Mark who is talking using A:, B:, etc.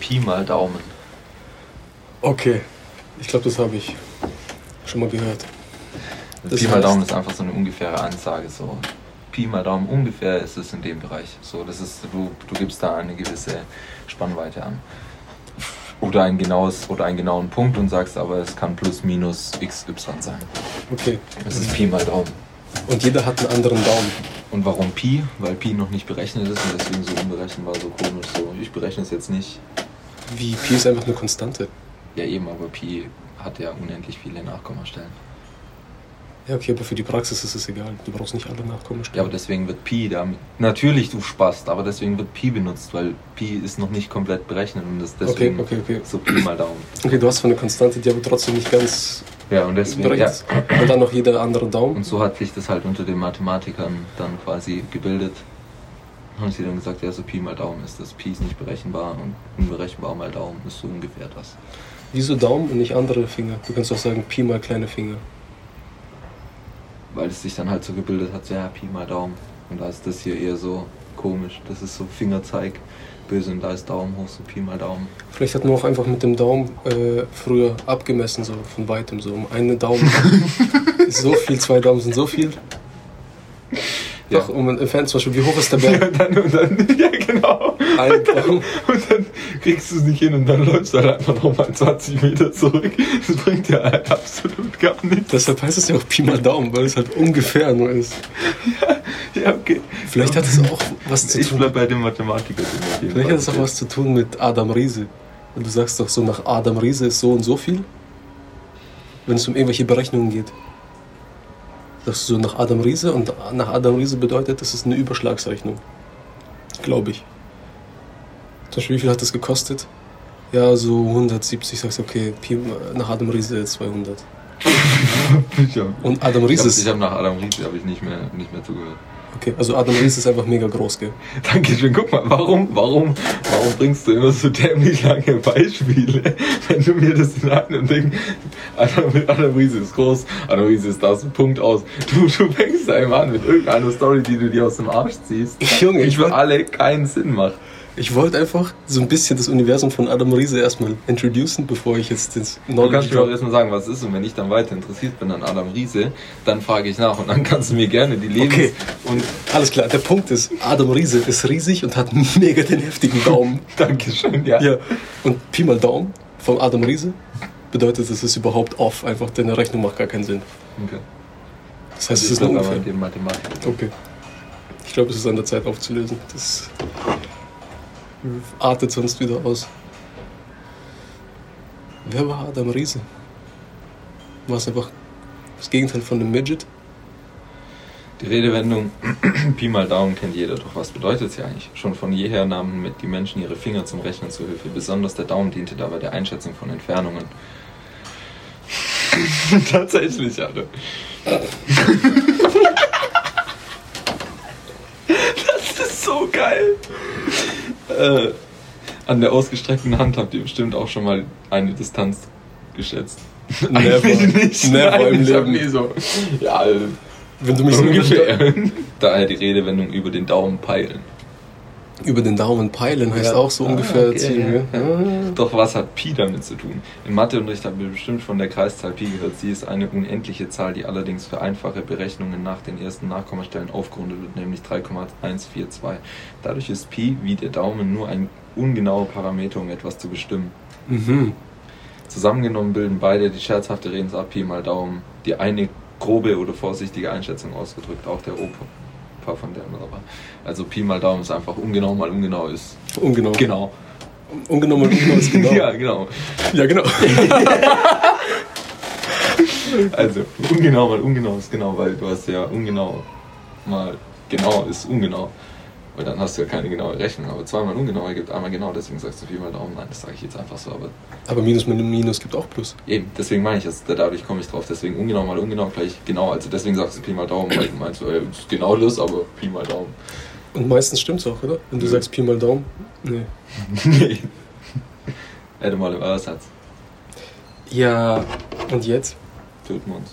A: Pi mal Daumen.
B: Okay, ich glaube, das habe ich schon mal gehört. Das
A: Pi mal
B: heißt-
A: Daumen ist einfach so eine ungefähre Ansage. So. Pi mal Daumen ungefähr ist es in dem Bereich. So, das ist, du, du gibst da eine gewisse Spannweite an. Oder ein genaues oder einen genauen Punkt und sagst aber, es kann plus minus xy sein.
B: Okay.
A: Das ist Pi mal Daumen.
B: Und jeder hat einen anderen Daumen.
A: Und warum Pi? Weil Pi noch nicht berechnet ist und deswegen so unberechenbar, so komisch. So, ich berechne es jetzt nicht.
B: Wie Pi ist einfach eine Konstante.
A: Ja eben, aber Pi hat ja unendlich viele Nachkommastellen.
B: Ja, okay, aber für die Praxis ist es egal. Du brauchst nicht alle Nachkommastellen.
A: Ja, aber deswegen wird Pi damit. Natürlich, du spast, aber deswegen wird Pi benutzt, weil Pi ist noch nicht komplett berechnet und das
B: okay,
A: deswegen
B: okay, okay.
A: so Pi mal Daumen.
B: Okay, du hast von einer Konstante, die aber trotzdem nicht ganz
A: Ja, und deswegen. Ja.
B: berechnet ist. Und dann noch jeder andere Daumen.
A: Und so hat sich das halt unter den Mathematikern dann quasi gebildet. Haben sie dann gesagt, ja, so Pi mal Daumen ist das. Pi ist nicht berechenbar und unberechenbar mal Daumen ist so ungefähr das.
B: Wieso Daumen und nicht andere Finger? Du kannst auch sagen Pi mal kleine Finger.
A: Weil es sich dann halt so gebildet hat, so ja, Pi mal Daumen. Und da ist das hier eher so komisch. Das ist so Fingerzeig, böse und da ist Daumen hoch, so Pi mal Daumen.
B: Vielleicht hat man auch einfach mit dem Daumen äh, früher abgemessen, so von weitem, so um einen Daumen. ist so viel, zwei Daumen sind so viel.
A: Ja.
B: Doch, um entfernt zum Beispiel, wie hoch ist der Berg?
A: Und dann, und dann, ja, genau.
B: Ein Daumen.
A: Und dann kriegst du es nicht hin und dann läufst du halt einfach nochmal 20 Meter zurück. Das bringt dir halt absolut gar nichts.
B: Deshalb heißt es ja auch Pi mal Daumen, weil es halt ungefähr nur ist.
A: Ja, okay.
B: Vielleicht hat es auch was zu
A: Ich
B: tun.
A: bleib bei dem Mathematiker. den wir auf jeden
B: Vielleicht
A: Fall
B: hat es auch was zu tun mit Adam Riese. Und du sagst doch so, nach Adam Riese ist so und so viel. Wenn es um irgendwelche Berechnungen geht. Sagst du so nach Adam Riese und nach Adam Riese bedeutet, das ist eine Überschlagsrechnung. Glaube ich. Zum Beispiel, wie viel hat das gekostet? Ja, so 170. Sagst du, okay, Pi, nach Adam Riese 200.
A: Ich hab,
B: Und Adam
A: ich
B: Riese
A: hab,
B: ist.
A: ich hab nach Adam Riese hab ich nicht mehr, nicht mehr zugehört.
B: Okay, also Adam Riese ist einfach mega groß, gell?
A: Dankeschön. Guck mal, warum, warum, warum bringst du immer so dämlich lange Beispiele, wenn du mir das in einem Ding, Adam, Adam Riese ist groß, Adam Riese ist das, Punkt aus. Du, du fängst einmal an mit irgendeiner Story, die du dir aus dem Arsch ziehst.
B: Junge,
A: Ich für alle keinen Sinn macht.
B: Ich wollte einfach so ein bisschen das Universum von Adam Riese erstmal introducen, bevor ich jetzt den
A: Du kannst
B: Knowledge
A: mir doch
B: drop.
A: erstmal sagen, was es ist und wenn ich dann weiter interessiert bin an Adam Riese, dann frage ich nach und dann kannst du mir gerne die Lebens-
B: Okay.
A: und
B: Alles klar, der Punkt ist, Adam Riese ist riesig und hat mega den heftigen Daumen.
A: Dankeschön, ja.
B: ja. Und Pi mal Daumen von Adam Riese bedeutet, es ist überhaupt off, einfach deine Rechnung macht gar keinen Sinn.
A: Okay.
B: Das heißt, es
A: ich
B: ist nur
A: bleib aber
B: ungefähr.
A: mit dem Mathematiker.
B: Okay. Ich glaube, es ist an der Zeit aufzulösen. Das artet sonst wieder aus. Wer war Adam Riese? War es einfach das Gegenteil von einem Midget?
A: Die Redewendung Pi mal Daumen kennt jeder, doch was bedeutet sie eigentlich? Schon von jeher nahmen mit die Menschen ihre Finger zum Rechnen zur Hilfe. Besonders der Daumen diente dabei der Einschätzung von Entfernungen. Tatsächlich, Alter. das ist so geil. Äh, an der ausgestreckten Hand habt ihr bestimmt auch schon mal eine Distanz geschätzt.
B: Never.
A: Eigentlich nicht.
B: Never
A: Nein,
B: im
A: ich hab
B: Leben.
A: nie so. Ja, also,
B: Wenn du mich so
A: Ungefähr. Daher die Redewendung über den Daumen peilen.
B: über den Daumen peilen heißt
A: Ja.
B: auch so
A: Ah,
B: ungefähr
A: okay,
B: ziehen.
A: ja.
B: Ja.
A: Doch was hat Pi damit zu tun? Im Matheunterricht haben wir bestimmt von der Kreiszahl Pi gehört. Sie ist eine unendliche Zahl, die allerdings für einfache Berechnungen nach den ersten Nachkommastellen aufgerundet wird, nämlich 3,142. Dadurch ist Pi wie der Daumen nur ein ungenauer Parameter, um etwas zu bestimmen.
B: Mhm.
A: Zusammengenommen bilden beide die scherzhafte Redensart Pi mal Daumen, die eine grobe oder vorsichtige Einschätzung ausgedrückt, auch der Opa von der andere. Also Pi mal Daumen ist einfach ungenau mal ungenau ist.
B: Ungenau.
A: Genau.
B: Ungenau mal ungenau ist genau.
A: Ja, genau.
B: ja, genau.
A: Also ungenau mal ungenau ist genau, weil du hast ja ungenau mal genau ist ungenau. Und dann hast du ja keine genaue Rechnung, aber zweimal ungenau ergibt einmal genau, deswegen sagst du Pi mal Daumen. Nein, das sage ich jetzt einfach so, aber
B: Aber Minus mit einem Minus gibt auch Plus.
A: Eben, deswegen meine ich es, da- dadurch komme ich drauf. Deswegen ungenau mal ungenau gleich genau. Also deswegen sagst du Pi mal Daumen, weil du meinst, äh, ist genau das, aber Pi mal Daumen.
B: Und meistens stimmt's auch, oder? Wenn du
A: Nö.
B: sagst Pi mal Daumen. Nee.
A: nee. Hätte mal im Ersatz.
B: Ja, und jetzt?
A: Töten wir uns.